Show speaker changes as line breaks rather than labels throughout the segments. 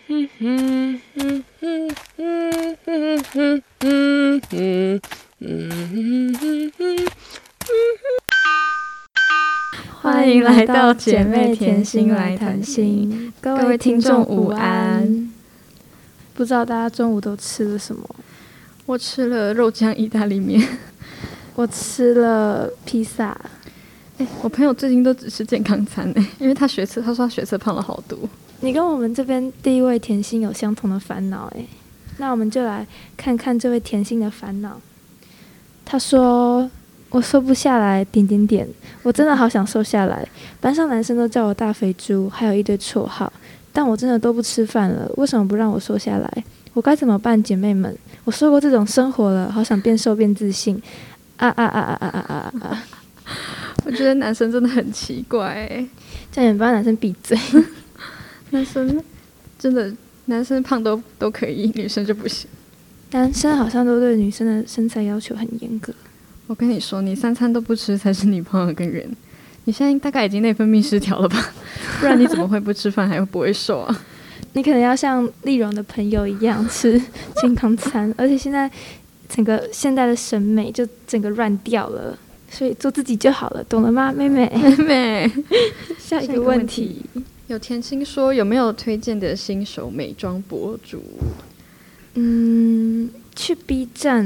嗯嗯嗯嗯嗯嗯嗯嗯嗯嗯。
欢迎来到姐妹甜心来谈心，
各
各位听众午安。
不知道大家中午都吃了什么？
我吃了肉酱意大利面，
我吃了披萨，
哎，我朋友最近都只吃健康餐哎、因为他学测，他说他学测胖了好多。
你跟我们这边第一位甜心有相同的烦恼哎，那我们就来看看这位甜心的烦恼。他说：“我瘦不下来，点点点，我真的好想瘦下来。班上男生都叫我大肥猪，还有一堆绰号，但我真的都不吃饭了，为什么不让我瘦下来？我该怎么办，姐妹们？我受过这种生活了，好想变瘦变自信。”啊啊啊啊啊啊啊啊啊！
我觉得男生真的很奇怪、哎，
叫你们班男生闭嘴。
男生真的男生胖都都可以，女生就不行。
男生好像都对女生的身材要求很严格。
我跟你说，你三餐都不吃才是你胖的根源。你现在大概已经内分泌失调了吧？不然你怎么会不吃饭还不会瘦啊？
你可能要像丽蓉的朋友一样 吃健康餐，而且现在整个现代的审美就整个乱掉了，所以做自己就好了，懂了吗，妹 妹？
妹妹，
下一
下
个问题，，
有甜心说有没有推荐的新手美妆博主？
嗯，去 B 站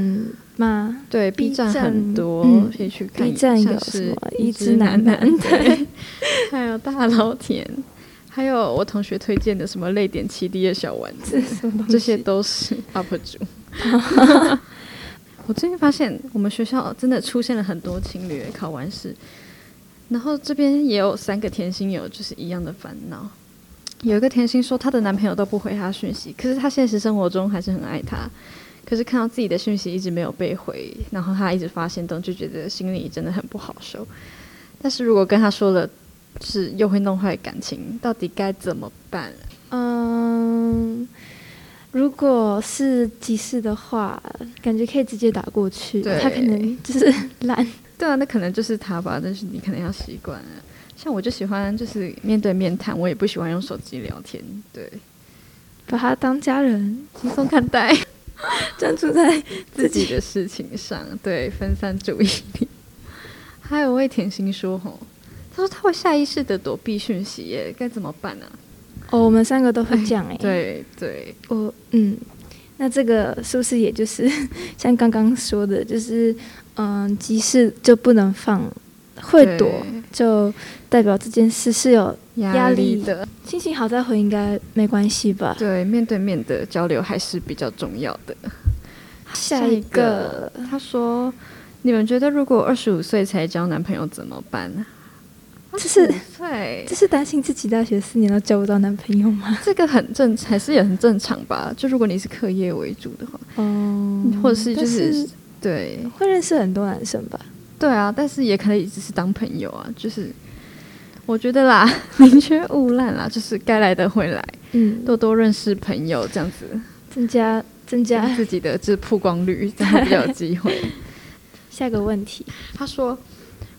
吗？
对
B
B 站
站
很多，
嗯
可以去看一
B
下。
站有
像
什
是
么
一
一
只
只
男男
男男
对， 还有大老田，还有我同学推荐的什么泪点七滴的小丸子，
这是什么东西
这些都是 UP 主。 我最近发现我们学校真的出现了很多情侣考完试，然后这边也有三个甜心有就是一样的烦恼。有一个甜心说她的男朋友都不回她讯息，可是她现实生活中还是很爱他，可是看到自己的讯息一直没有被回，然后她一直发现东，就觉得心里真的很不好受。但是如果跟他说了，就是又会弄坏感情，到底该怎么办？
嗯，如果是急事的话，感觉可以直接打过去，
对
他可能就是懒。
对啊，那可能就是他吧，但是你可能要习惯了。像我就喜欢就是面对面谈，我也不喜欢用手机聊天，对，
把他当家 人，
轻松看 待
专注在
自己的事情上，对，分散注意力。 还有位甜心说吼，他说他会下意识的躲避讯息耶，该怎么办呢、啊？
哦，我们三个都会这样哎、，
对对，
我嗯，那这个是不是也就是 像刚刚说的，就是嗯，急事就不能放，会
对
躲就代表这件事是有
压
力
力的，
心情好再回，应该没关系吧？
对，面对面的交流还是比较重要的。
下一个，
他说：“你们觉得如果二十五岁才交男朋友怎么办？”
这是
对
这，是担心自己大学四年都交不到男朋友吗？
这个很正，还是也很正常吧？就如果你是课业为主的话，
哦
或者是就
但
是
是
对
会认识很多男生吧？
对啊，但是也可以只是当朋友啊。就是我觉得啦， 宁缺毋滥啦，就是该来的会来，
嗯，
多多认识朋友，这样子
增加增加
让自己的这曝光率，这样比较有机会。
下个问题。
他说：“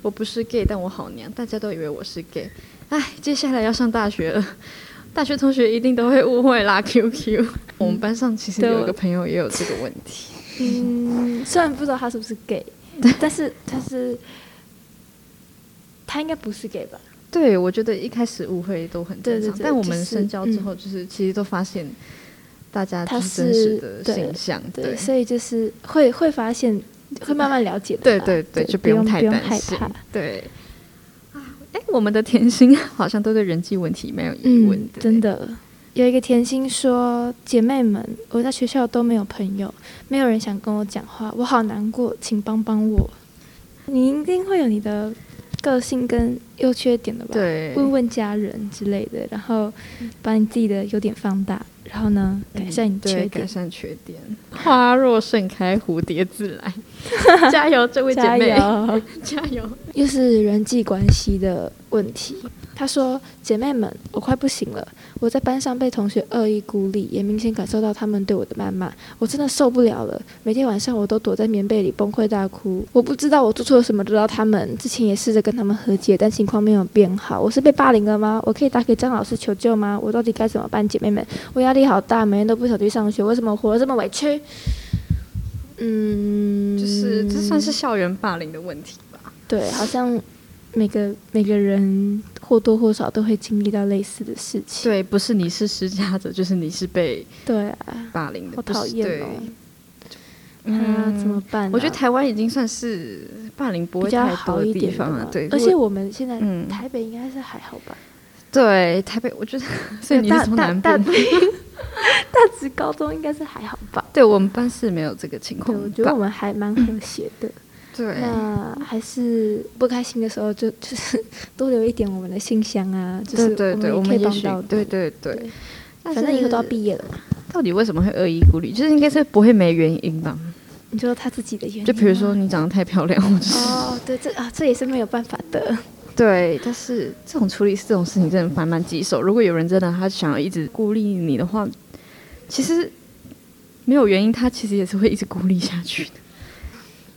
我不是 gay，但我好娘，大家都以为我是 gay。哎，接下来要上大学了， 大学同学一定都会误会啦。QQ，我们班上其实
对
有一
我
个朋友也有这个问题。
嗯，虽然不知道他是不是 gay，但是但是他应该不是 gay 吧？
对，我觉得一开始误会都很正
对
常，
对对
但我
就
们
是
深交之后，就是、其实都发现大家
他
就是真实
是
的
对
形象，
对，
对
所以就是会会发现，会慢慢了解的
对
啦。
对对，就不用太
不用
担
害
心
怕。。
对，啊，哎，我们的甜心好像都对人际问题没有疑问
嗯，真
的
的。有一个甜心说：“姐妹们，我在学校都没有朋友，没有人想跟我讲话，我好难过，请帮帮我。”你一定会有你的个性跟优缺点的吧？
对，
问问家人之类的，然后把你自己的优点放大，然后呢，改善你缺
嗯对，改
点。
善缺点。花若盛开，蝴蝶自 来。加油，这位姐
加
妹，
油！
加油！
又是人际关系的问题，她说：“姐妹们，我快不行了，我在班上被同学恶意孤立，也明显感受到他们对我的谩骂，我真的受不了了。每天晚上我都躲在棉被里崩溃大哭，我不知道我做错了什么惹到他们。之前也试着跟他们和解，但情况没有变好。我是被霸凌了吗？我可以打给张老师求救吗？我到底该怎么办？姐妹们，我压力好大，每天都不想去上学，为什么我活得这么委屈？”嗯，
就是这算是校园霸凌的问题吧？
对，好像每个每个人或多或少都会经历到类似的事情。
对，不是你是施加者， 就是你是被
对啊，
霸凌的，
好
不是
讨厌哦！
对嗯
啊，怎么办啊、
我觉得台湾已经算是霸凌不
比
会
较
太
好
多
一
的地
点
方
了
了
吧，
对，
而且我们现在
嗯
台北应该是还好吧？
对台北，我觉得 所以你
大
是从
大
南部
大
吗，
大直高中应该是还好 吧？
对我们班是没有这个情
对，
况吧，
我觉得我们还蛮和谐的。
对
那还是不开心的时候就， 就是多留一点我们的信箱啊，就是
对对对，我
也可
们
以
也
帮
许
到你。
对对对
对，
但
反正以后都要
是
毕业了嘛。
到底为什么会恶意孤立？就是应该是不会没原因吧？
你说他自己的原因吗，
就比如说你长得太漂亮，或者是
哦，对，这啊，这也是没有办法的。
对，但是这种处理这种事情真的蛮蛮棘手。如果有人真的他想要一直孤立你的话，其实没有原因，他其实也是会一直孤立下去的。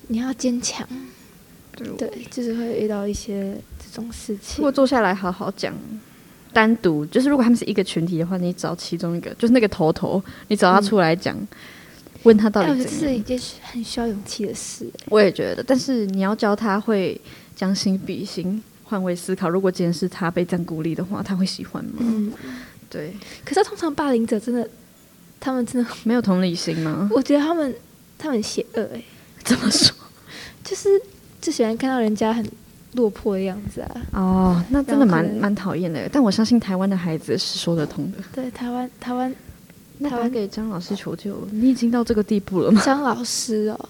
你要坚强，
对，
对，就是会遇到一些这种事情
如果。坐下来好好讲，单独就是如果他们是一个群体的话，你找其中一个，就是那个头头，你找他出来讲，问他到
嗯哎，
底
我觉得
怎
这
样。
是一件很需要勇气的事。哎
我也觉得，但是你要教他会将心比心，换位思考。如果今天是他被这样孤立的话，他会喜欢吗？
嗯，
对，
可是通常霸凌者真的，他们真的，？
没有同理心吗
我觉得他们他们很邪恶哎，
怎么说？
就是就喜欢看到人家很落魄的样子啊。
哦，那真的
然后可
蛮
能
蛮讨厌的。但我相信台湾的孩子是说得通的。
对，台湾台湾
那
台
打
湾
给张老师求救，你已经到这个地步了吗？
张老师哦，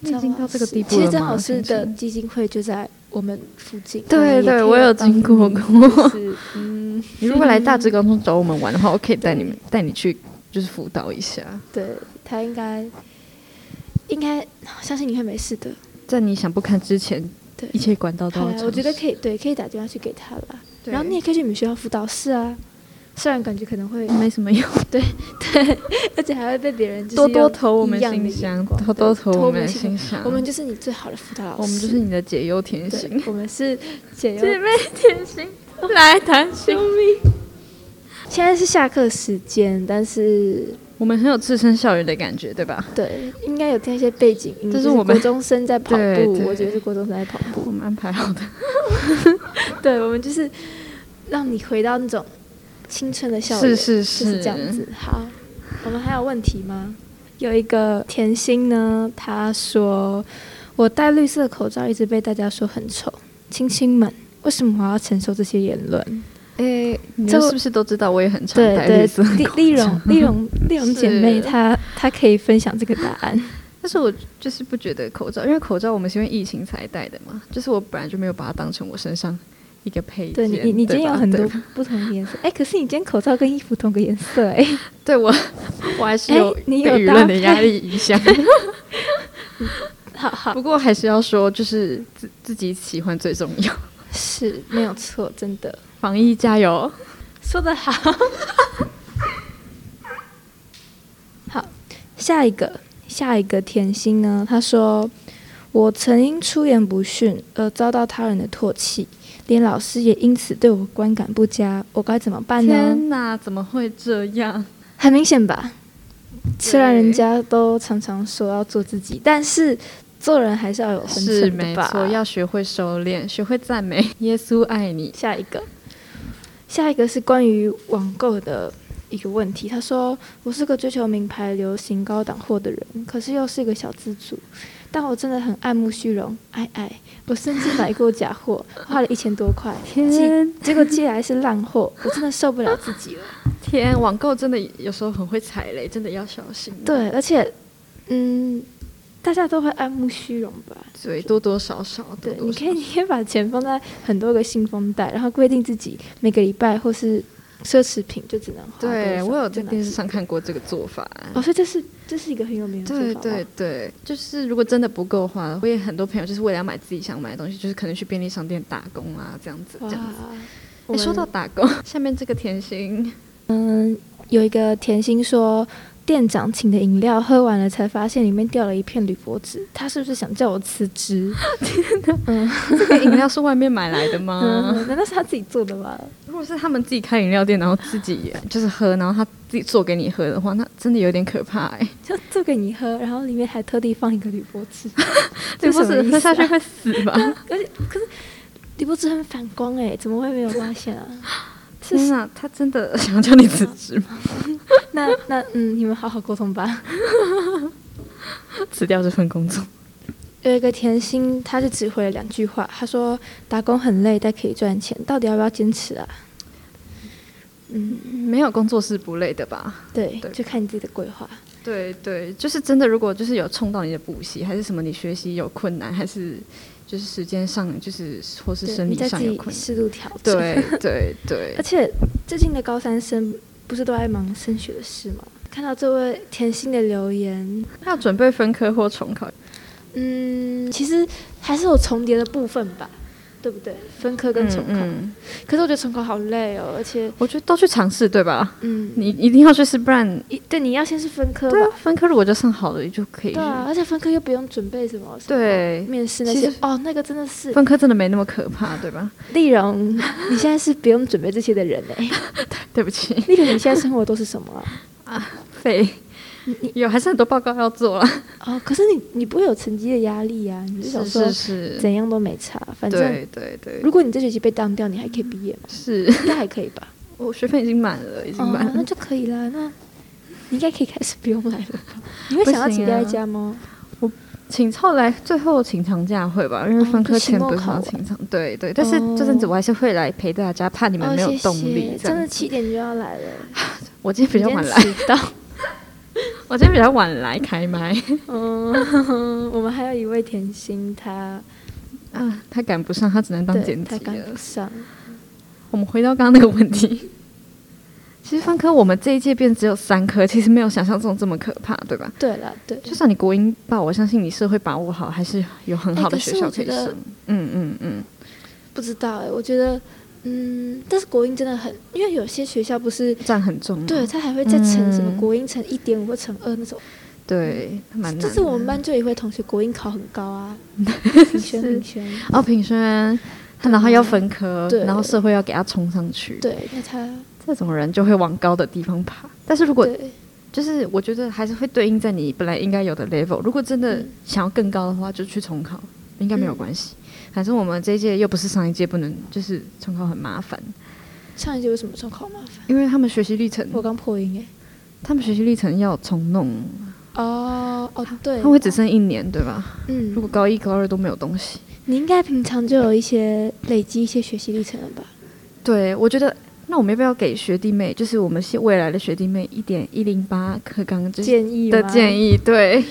你已经到这个地步
其
了吗
实张老师的
陈生
基金会就在我们附近。
对
们也
对
可以
我有
帮
经过
你
过
就是嗯，
你如果来大直高中找我们玩的话，我可以带你们带你去，就是辅导一下，
对他应该应该相信你会没事的。
在你想不堪之前，
对
一切管道都
好
要
啦
尝，试。
我觉得可以，对，可以打电话去给他啦。
对
然后你也可以去你们学校辅导室啊，虽然感觉可能 会，
没什么用，
而且还会被别人就是
多多
用
投我们
异样的
信
眼
箱，
光
多
对
多投
我
我
们
们
信箱
信箱。
我们就是你最好的辅导老师，
我们就是你的解忧甜
对
心，
我们是解忧。
姐妹甜心来谈心。
现在是下课时间，但是
我们很有置身校园的感觉，对吧？
对，应该有听一些背景音，
这是
就
我们
国中生在 跑
对
步，
对
我觉得是国中生在跑步。
我们安排好的
对，我们就是让你回到那种青春的校
是
园，
是
就是是这样子。好，我们还有问题吗？有一个甜心呢，她说：“我戴绿色口罩一直被大家说很丑，亲亲们，为什么我要承受这些言论
诶、你
这
们是不是都知道我也很？”常
对
戴绿色
对，
口
丽
罩
丽蓉丽蓉丽蓉姐妹，
是
她她可以分享这个答案。
但是我就是不觉得口罩，因为口罩我们是因为疫情才戴的嘛，就是我本来就没有把它当成我身上一个配件。
对你，你你今天
吧
有很多
对吧
不 同的颜色，哎，可是你今天口罩跟衣服同个颜色，哎，
对我，我还是有
哎你
被
有
舆
搭
论的压力影 响。
好好
不过还是要说，就是自自己喜欢最重要。
是没有错，真的
防疫加油！
说得好。好，下一个，下一个甜心呢？她说：“我曾因出言不逊而遭到他人的唾弃，连老师也因此对我观感不佳，我该怎么办啊呢
天哪，怎么会这样？？”
很明显吧？虽然
对
人家都常常说要做自己，但是做人还是要有分
是
寸
没
的吧？
错，要学会收敛，学会赞 美。耶稣爱你。
下一个，下一个是关于网购的一个问题。他说：“我是个追求名牌、流行高档货的人，可是又是一个小资族，但我真的很爱慕虚荣，爱爱。我甚至买过 假货，花了一千多块，寄结果寄来是烂货，我真的受不了自 己了。
天，网购真的有时候很会踩雷，真的要小心。
对，而且，嗯，大家都会爱慕虚荣吧？
对，多多少少，多
对，
多
你
少
可以，你可以把钱放在很多个信封袋，然后规定自己每个礼拜或是奢侈品就只能花多少
对我有
就
在
拿
电视
去
上看过这个做法。
哦，所以这是这是一个很有名的
对
做法
对
吗
对，就是如果真的不够花，我也很多朋友就是为了要买自己想买的东西，就是可能去便利商店打工啊，这样子这样子。
哇！
哎，
我
说
们
到打工，下面这个甜心，
嗯，有一个甜心说，店长请的饮料喝完了才发现里面掉了一片铝箔纸，他是不是想叫我辞职？
这个饮料是外面买来的 吗？
嗯，难道是他自己做的吗？
如果是他们自己开饮料店，然后自己就是喝，然后他自己做给你喝的话，那真的有点可怕哎、
就做给你喝，然后里面还特地放一个铝箔 纸，
这
这
不
是
是
什么意思
喝
啊
下去会死 吧？
而且可是铝箔纸很反光哎、怎么会没有发现啊？是
天哪，他真的想叫你辞职吗？
那那嗯，你们好好沟通吧。
辞掉这份工作。
有一个甜心，他是只回了两句话，他说打工很累，但可以赚钱，到底要不要坚持啊？嗯，
没有工作是不累的吧？
对，
对
就看你自己的规划。
对对，就是真的，如果就是有冲到你的补习，还是什么你学习有困难，还是就是时间上就是或是
对
生
你
理
在
上
自
有
己
困难。
适度调整。，
对对对
而，且最近的高三生不是都在忙升学的事吗？看到这位甜心的留言，
要准备分科或重考。
嗯，其实还是有重叠的部分吧，对不对？分科跟重考，
嗯嗯
可是我觉得重考好累哦，而且，
我觉得都去尝试，对吧？
嗯，
你一定要去试，不然
一对你要先是分科
对啊
吧，，
分科如果就上好了就可以
对啊，
去。
而且分科又不用准备什么，什
嗯
么
对，
面试那
其
些
实，
哦，那个真的是
分科真的没那么可怕，对 吧？
丽蓉， 你现在是不用准备这些的人哎，
对不起，
丽蓉，你现在生活都是什么啊？
废，有还是很多报告要做啊。
哦，可是你你不会有成绩的压力呀、啊，你就想
是
说
是是，
怎样都没差，反正
对对对，
如果你这学期被当掉，你还可以毕业 吗？
是。
应该还可以 吧？
我学费已经满了，已经满
哦，
了。
那就可以啦。那你应该可以开始不用来了吧？你会想要
不行
请
啊
假在家吗？
请后来最后请长假会吧，因为
哦
分科
就期
前
末
不是
考
要
完
请长，对对。但是这阵子我还是会来陪大家，怕 你们没有动力。
哦、谢谢
这样
真的七点就要来了，
我今天比较晚来，
你今天 迟到。
我今天比较晚来开麦，
嗯， 我们还有一位甜心，她
啊， 他赶不上，他只能当
对
剪
她
辑
赶
了
不。上，
我们回到刚刚那个问题， 其实分科我们这一届变只有三科，其实没有想象中这么可怕，对吧？
对了，对，
就算你国英报，我相信你社会把握好，还是有很
哎
好的
可是
学校
我觉
可以
得
上。嗯嗯嗯，
不知道哎、我觉得，嗯，但是国英真的很，因为有些学校不是。
这样很重啊要。
对，他还会再乘什
嗯
么国英乘一点五或乘二那种，
对，蛮难的。啊
这次我们班就有一位同学国英考很高 啊，品轩品轩，
哦，品轩，他然后要分科，
对
然后社会要给他冲上去，，
对，那他
这种人就会往高的地方爬。但是如果
对
就是我觉得还是会对应在你本来应该有的 level，如果真的
嗯
想要更高的话，就去重考，应该没有
嗯
关系。反正我们这一届又不是上一届，不能就是重考很麻烦，
上一届为什么重考麻烦？
因为他们学习历程，
我刚破音欸
他们学习历程要重弄，
哎，哦哦对，
他会只剩一年，对吧？
嗯
如，果高一高二都没有东西，
你应该平常就有一些累积一些学习历程了吧？
对，我觉得那我们要不要给学弟妹，就是我们现未来的学弟妹一点一零八课纲就是
建议
的
吗
建，议？对，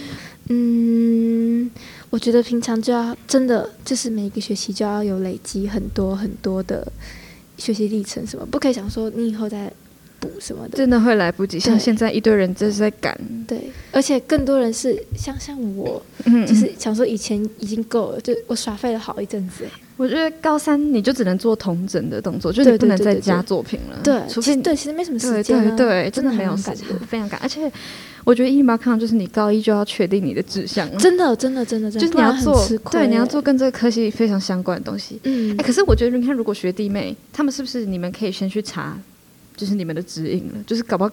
嗯，我觉得平常就要真的就是每一个学期就要有累积很多很多的学习历程，什么不可以想说你以后再补什么的。
真的会来不及。像现在一堆人就是在赶，
对，而且更多人是像像我，
嗯，
就是想说以前已经够了，就我耍废了好一阵子。哎
我觉得高三你就只能做同整的动作，就是你
对对
不能
对
再
对
加
对
作品了，
对，
除
其
非
实
你。
对，其实没什么时
对
间、啊，
对对，真的
很
没有
难
时
感啊
间
觉，
非常赶。而且我觉得一零八课就是你高一就要确定你的志向了，
真的，真的，真的，真
就
的
是
不
你要
然很
做
吃，亏
对，你要
欸
做，跟这个科系非常相关的东西。
嗯
哎、，可是我觉得，你看，如果学弟妹，他们是不是你们可以先去查，就是你们的指引了，就是搞不好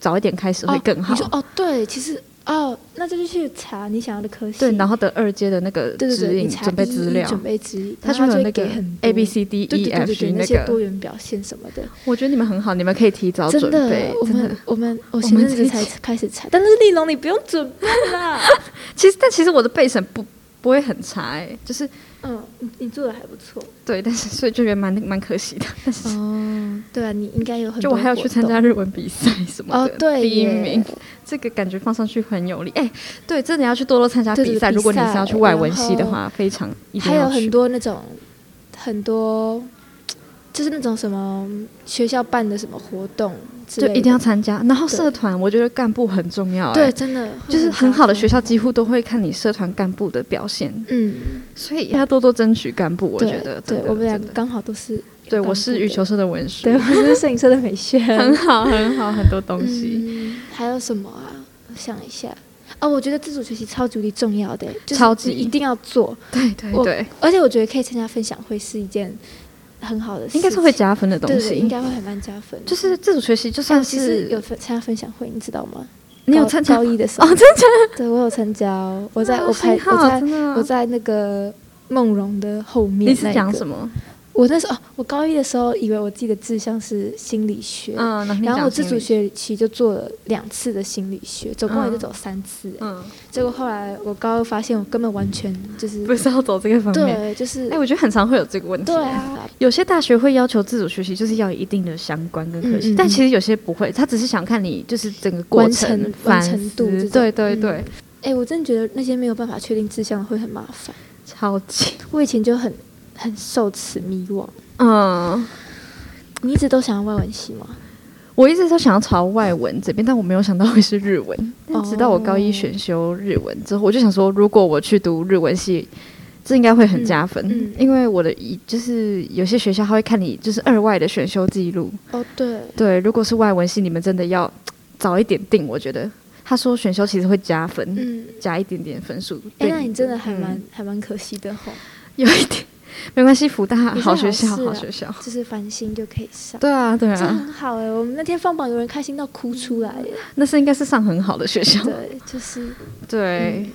早一点开始会更好。
哦、你说哦，对，其实哦，那就去查你想要的科系，
对，然后等二阶的那个
对对
指
对，
引
你查
准备
第一
资料，
准备资料，
它
然
就
后
有
会
那
给
个
很多
A B C D
对
E
对对
F
对
G
对那些多
个，
元表现什么的，
我觉得你们很好，你们可以提早
真
准
的
备，。
我
真的
们，我们我
我
前
们
阵
这
子
一
才
集
开始查，但是丽龙你不用准备啦，
其实但其实我的备审不不会很差、哎，就是
嗯，你你做的还不错，
对，但是所以就觉得蛮蛮可惜的。但是、
哦，对啊，你应该有很
就
嗯多，
我还要去参加。日文比赛什么
哦
的，，
对耶，
第一名。这个感觉放上去很有力。哎、对，真的要去多多参加
对
比
对
赛。
比
如果你是要去外文系的
赛
话，非常一定
还有
要去
很多那种很多，就是那种什么学校办的什么活动之
就
类的，
一定要参加。然后
对
社团，我觉得干部很重要、
对，
哎，
真的会
就是很好的
高
学校几乎都会看你社团干部的表现，
分，嗯，
所以要多多争取干部。我
对
觉得，
对
真的
我们俩
真的
刚好都是，
对我是
干部
羽
的
球社的文书，
对，我是摄影社的美萱，
很好，很好，很多东西。
嗯，还有什么啊？我想一下。啊，我觉得自主学习超级无敌重要的，就是
超级
你一定要做，
对对
我
对，
而且我觉得可以参加分享会是一件很好的事情，
应该是会加分的东
对对，应
西。
该会很蛮加分的。
就是自主学习，就
像
算
其实有
是
分参加分享会，你知道吗？
你有
高
参加
高一的时
哦，
候，
真的假的？
对我有参加哦，我在
啊
我排
幸好
我在
真的啊
我在那个梦荣的后面。
你是讲什？么？
我那时候哦，我高一的时候以为我自己的志向是心理学，
嗯，你
然后
讲
我自
心
主
理，
学期就做了两次的心理学，总共也就走三次。
嗯，
结果后来我高二发现我根本完全就是
不是要走这个方面。
对，就是
哎，我觉得很常会有这个问题。
对啊，
有些大学会要求自主学习，就是要有一定的相关跟科系，
嗯嗯嗯
但其实有些不会，他只是想看你就是整个过
完成
程
完
反
成
思
度这种
对对对，
嗯哎，我真的觉得那些没有办法确定志向的会很麻烦。
超 级
我以前就很很受此迷惘。
嗯。
你一直都想要外文系吗？
我一直都想要朝外文这边，但我没有想到会是日文。
哦
但直到我高一选修日文之后，我就想说，如果我去读日文系，这应该会很加分，
嗯嗯
因为我的一就是有些学校他会看你就是二外的选修记录。
哦，对，
对，如果是外文系，你们真的要早一点定，我觉得。他说选修其实会加分，
嗯，
加一点点分数。
哎、
对
那你真的还蛮、
嗯
还蛮可惜的吼，
有一点，没关系，福大
也是
好学校，
好事啊
好学校。
就是繁星就可以上，
对啊，对
这
啊，
很好哎、我们那天放榜有人开心到哭出来耶，
那是应该是上很好的学校。
对，就是
对，
嗯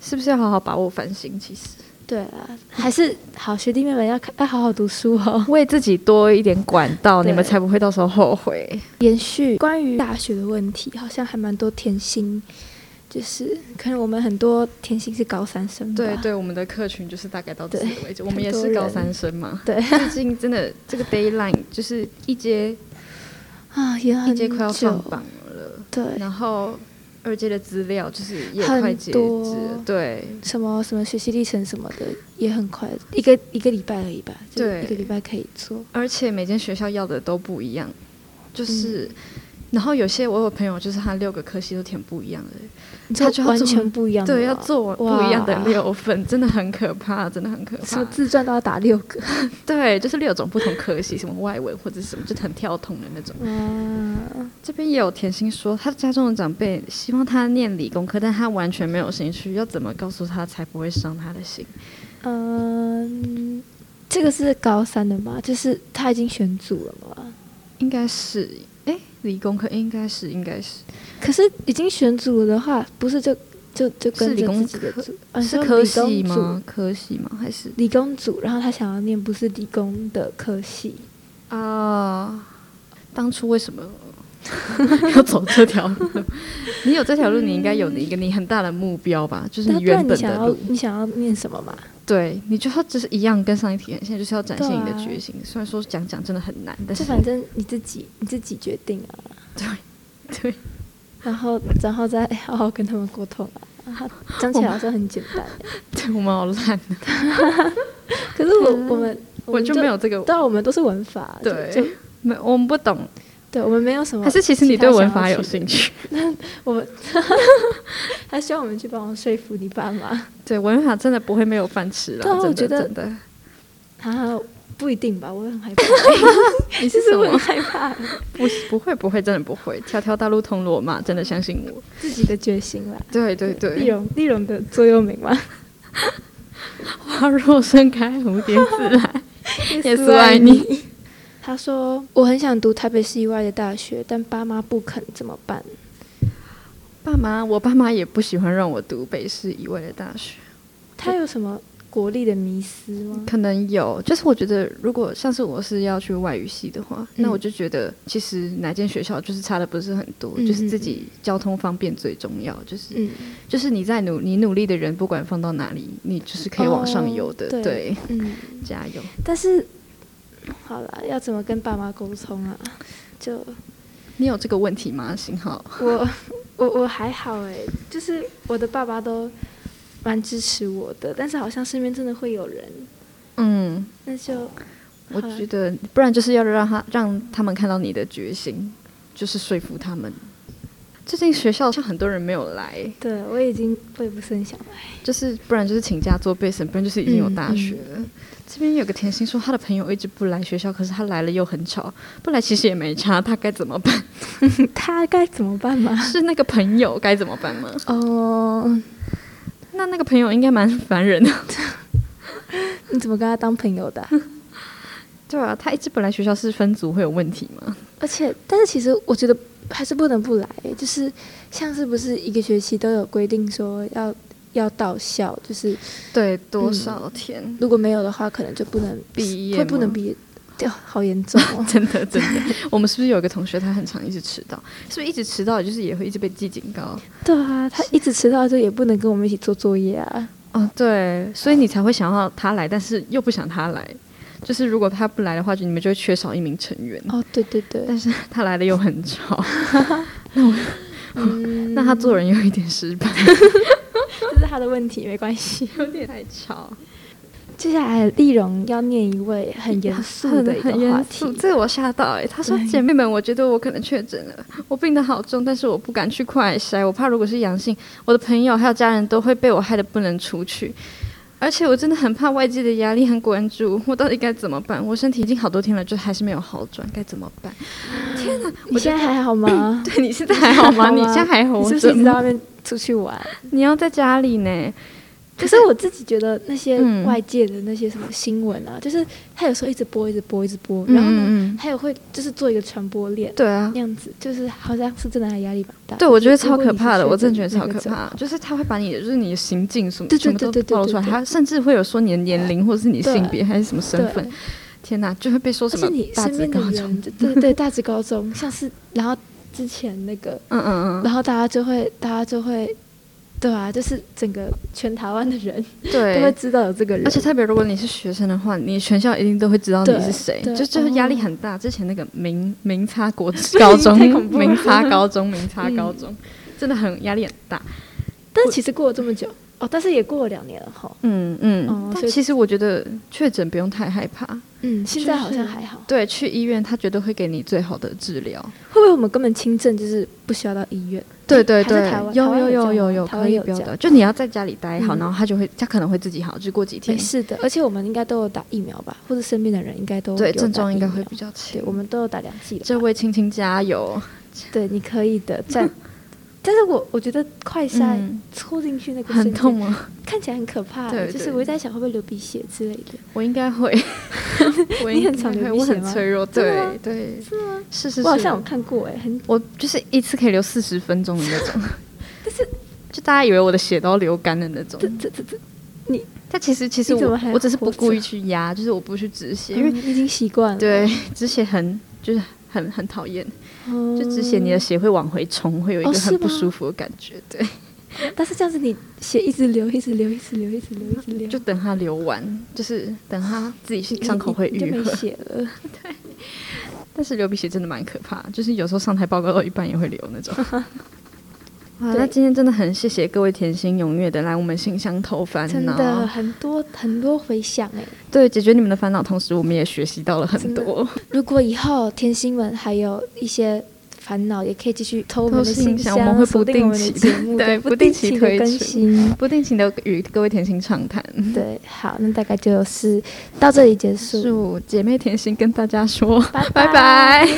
是不是要好好把握反省？其实
对啊，还是好学弟妹们要看要好好读书哦。
为自己多一点管道，
对嗯
你们才不会到时候后悔。
延续关于大学的问题，好像还蛮多甜心，就是可能我们很多甜心是高三生吧，
对对，我们的客群就是大概到此
对
为止。我们也
很
是
多人
高三生嘛，
对
最近真的这个 d a y l i n e 就是一阶
啊，也
一
很
阶快要
久
放榜了，
对，
然后二阶的资料就是也
很
快截止
多
了，对。
什么什么学习历程什么的也很快，一个一个礼拜而已吧，就
对
一个礼拜可以做。
而且每间学校要的都不一样，就是，
嗯
然后有些我有朋友就是他六个科系都挺不一样的，
你
他
就
就要
完
做
全不一样的
对，
了
要做不一样的
哇
六份，真的很可怕，真的很可
什么
怕。
自传都要打六 个，
对，就是六种不同科系，什么外文或者什么，就很跳通的那种。
嗯，
这边也有甜心说，他家中的长辈希望他念理工科，但他完全没有兴趣，要怎么告诉他才不会伤他的心？
嗯，这个是高三的吗？就是他已经选组了吗？
应该是，哎，理工科应该是，应该是
可是已经选组了的话，不是就就就跟
是理
着
工
自己的
科
组，啊、你
是
说
科
理工
系
组
吗？？科系吗？还是
理工组，然后他想要念不是理工的科系，
啊、当初为什 么要走这条路？你有这条路，你应该有一个你很大的目标吧， 就是
那
你嗯
不
原
然你
本
想
的
要
路。
啊你想要念什么嘛？
对，你就要就是一样跟上一题，现在就是要展现你的
对啊
决心。虽然说讲讲真的很难，但
就是反正你自己你自己决定啊。
对，
然后，然后再好好跟他们沟通啊。啊讲起来好像很简 单，
对我们好烂，
可是我我们
我
们
就没有，这个。
但我们都是文法，就就
对，没我们不懂，
对，我们没有什么。
还是其实你
其他
对文
想要
法有
去的
兴趣？
我们 还希望我们去帮忙说服你爸妈
对，文法真的不会没有饭吃了。
对啊我
真的
觉得
真的，
啊？不一定吧，我也很害怕，
你
其
是
实
什
我很
么？
害怕
不是不会不会，真的不会。条条大路通罗马，真的相信我。
自己的决心啦。
对对对，
丽蓉，丽蓉的座右铭嘛，
花若盛开，蝴蝶自来。也是爱你。
他说：“我很想读台北市以外的大学，但爸妈不肯，怎么办？
爸妈，我爸妈也不喜欢让我读北师以外的大学，
他有什么国力的迷思吗？
可能有，就是我觉得，如果像是我是要去外语系的话，
嗯
那我就觉得其实哪间学校就是差的不是很多，
嗯
就是自己交通方便最重要，就是、
嗯
就是你在努你努力的人，不管放到哪里，你就是可以往上游的，
哦对
对，
嗯。”
加油。
但是，好啦，要怎么跟爸妈沟通啊？就
你有这个问题吗？幸好
我，我我还好哎、就是我的爸爸都蛮支持我的，但是好像身边真的会有人，
嗯，
那就
我
好
觉得，不然就是要让他让他们看到你的决心，就是说服他们。最近学校好像很多人没有来，
对我已经我也不是很想来，
就是不然就是请假做备审，不然就是已经有
嗯
大学了。这边有个甜心说，他的朋友一直不来学校，可是他来了又很吵，不来其实也没差，他该怎么办？
他该怎么办嘛？
是那个朋友该怎么办吗？
哦，
那那个朋友应该蛮烦人的。
你怎么跟他当朋友的 啊、
对啊，他一直本来学校是分组会有问题吗？
而且，但是其实我觉得还是不能不来，就是像是不是一个学期都有规定说要要到校，就是
对，
嗯
多少天？
如果没有的话，可能就不能
毕业
会不能
吗
毕业，对，好严重哦
。真的真的，我们是不是有一个同学他很常一直迟到？是不是一直迟到就是也会一直被记警告？
对啊，他一直迟到，就也不能跟我们一起做作业啊。
哦，对，所以你才会想要他来，但是又不想他来。就是如果他不来的话，就你们就会缺少一名成员。
哦，对对 对，
但是他来的又很吵，
嗯
那他做人又有一点失败，
这是他的问题，没关系。
有点太吵，
接下来，丽蓉要念一位 很严肃的一个
很严
话
肃
题，
这个我吓到哎、欸，他说：“
对
姐妹们，我觉得我可能确诊了，我病得好重，但是我不敢去快筛，我怕如果是阳性，我的朋友还有家人都会被我害得不能出去。”而且我真的很怕外界的压力和关注，我到底该怎么办？我身体已经好多天了，就还是没有好转，该怎么办？
你现在还好吗？
对你现在还 好吗？
好
你
吗
现在还
你
活
是不是
着
一直在
吗？
外面出去玩？
你要在家里呢？
可是我自己觉得那些
嗯
外界的那些什么新闻啊，就是他有时候一直播，一直播，一直播，然后
嗯
呢，
嗯嗯
他也会就是做一个传播链，
对啊
那，样子，就是好像是真的还压力蛮大。
对，我觉得超可怕的，
如
我
果你是
真的觉得超
确诊
可
那个
怕，就是他会把你的就是你的行径什么
对对
全部都
对对对
暴露出来，
对对
他甚至会有说你的年龄或者是你
对
性别还是什么身
对
份，天哪，就会被说
而
什
且
么
你
大
身
职
边的
高中
人，，对对对，大职高中，像是然后之前那个，
嗯嗯嗯，
然后大家就会，大家就会，对啊，就是整个全台湾的人都会
对。
知道有这个人，
而且特别，如果你是学生的话，你全校一定都会知道你
对
是谁，
对
就就是
哦
压力很大。之前那个明明差 国高中
太恐，怖了
明差高中，明差
嗯
高中，真的很压力很大。
但其实过了这么久，哦，但是也过了两年了哈，
嗯嗯
哦，
但
所以
其实我觉得确诊不用太害怕，
嗯，现在好
就
像
是
还好，
对，去医院他绝对会给你最好的治疗。
会不会我们根本轻症就是不需要到医院？
对对
还是
对
台，湾
有
台湾
有
有
有
这样
有
吗
有
台
可
湾
以
有
不要
这样
的，就你要在家里待好，
嗯
然后他就会，他可能会自己好，就过几天
没，事的，而且我们应该都有打疫苗吧，或者身边的人应该都
对
有打
症状应该
疫苗
会比较轻
对，。我们都有打两剂了。
这位青青加 油！
对，你可以的， 站。但是我我觉得快筛
嗯
戳进去那个
很
瞬间
痛啊吗？
看起来很可怕，
对
就是
对
我在想会不会流鼻血之类的。
我应该 会，我
你
应
很
该
常流
会
鼻
我
血
很
吗
脆弱，
真的
对
吗
对，是吗？ 是是，
我好像有看过哎、很
我就是一次可以流四十分钟的那 种，但是 就大家以为我的血都要流干的那种
这。这这这，
但其实其实
你怎么
我
还
我只是
活
不
着
故意去压，就是我不去止血，因
因为
为
嗯已经习惯了，
对止血很就是很很讨厌。
嗯，
就止血，你的血会往回冲，会有一
哦
个
是
很不
吗
舒服的感觉。对，
但是这样子你血一直流，一直流，一直流，一直流，一直流，
就等它流完，就是等它自己
你
伤口会
你就
愈
没
合。
血了。
但是流鼻血真的蛮可怕，就是有时候上台报告到一半也会流 那种。哇，那
对
今天真的很谢谢各位甜心踊跃的来我们信箱投烦
真
恼，
的很多很多回响哎、
对解决你们的烦恼，同时我们也学习到了很
真的
多。
如果以后甜心们还有一些烦恼，也可以继续偷我们
偷
的
信
信
箱
箱，
我们会不
锁定
定
我们的
期
节目，
对
不
不定期
期的
推
更
出
新。
不定期的与各位甜心畅谈，
对，好，那大概就是到这里结束，
祝姐妹甜心跟大家说
拜
拜拜。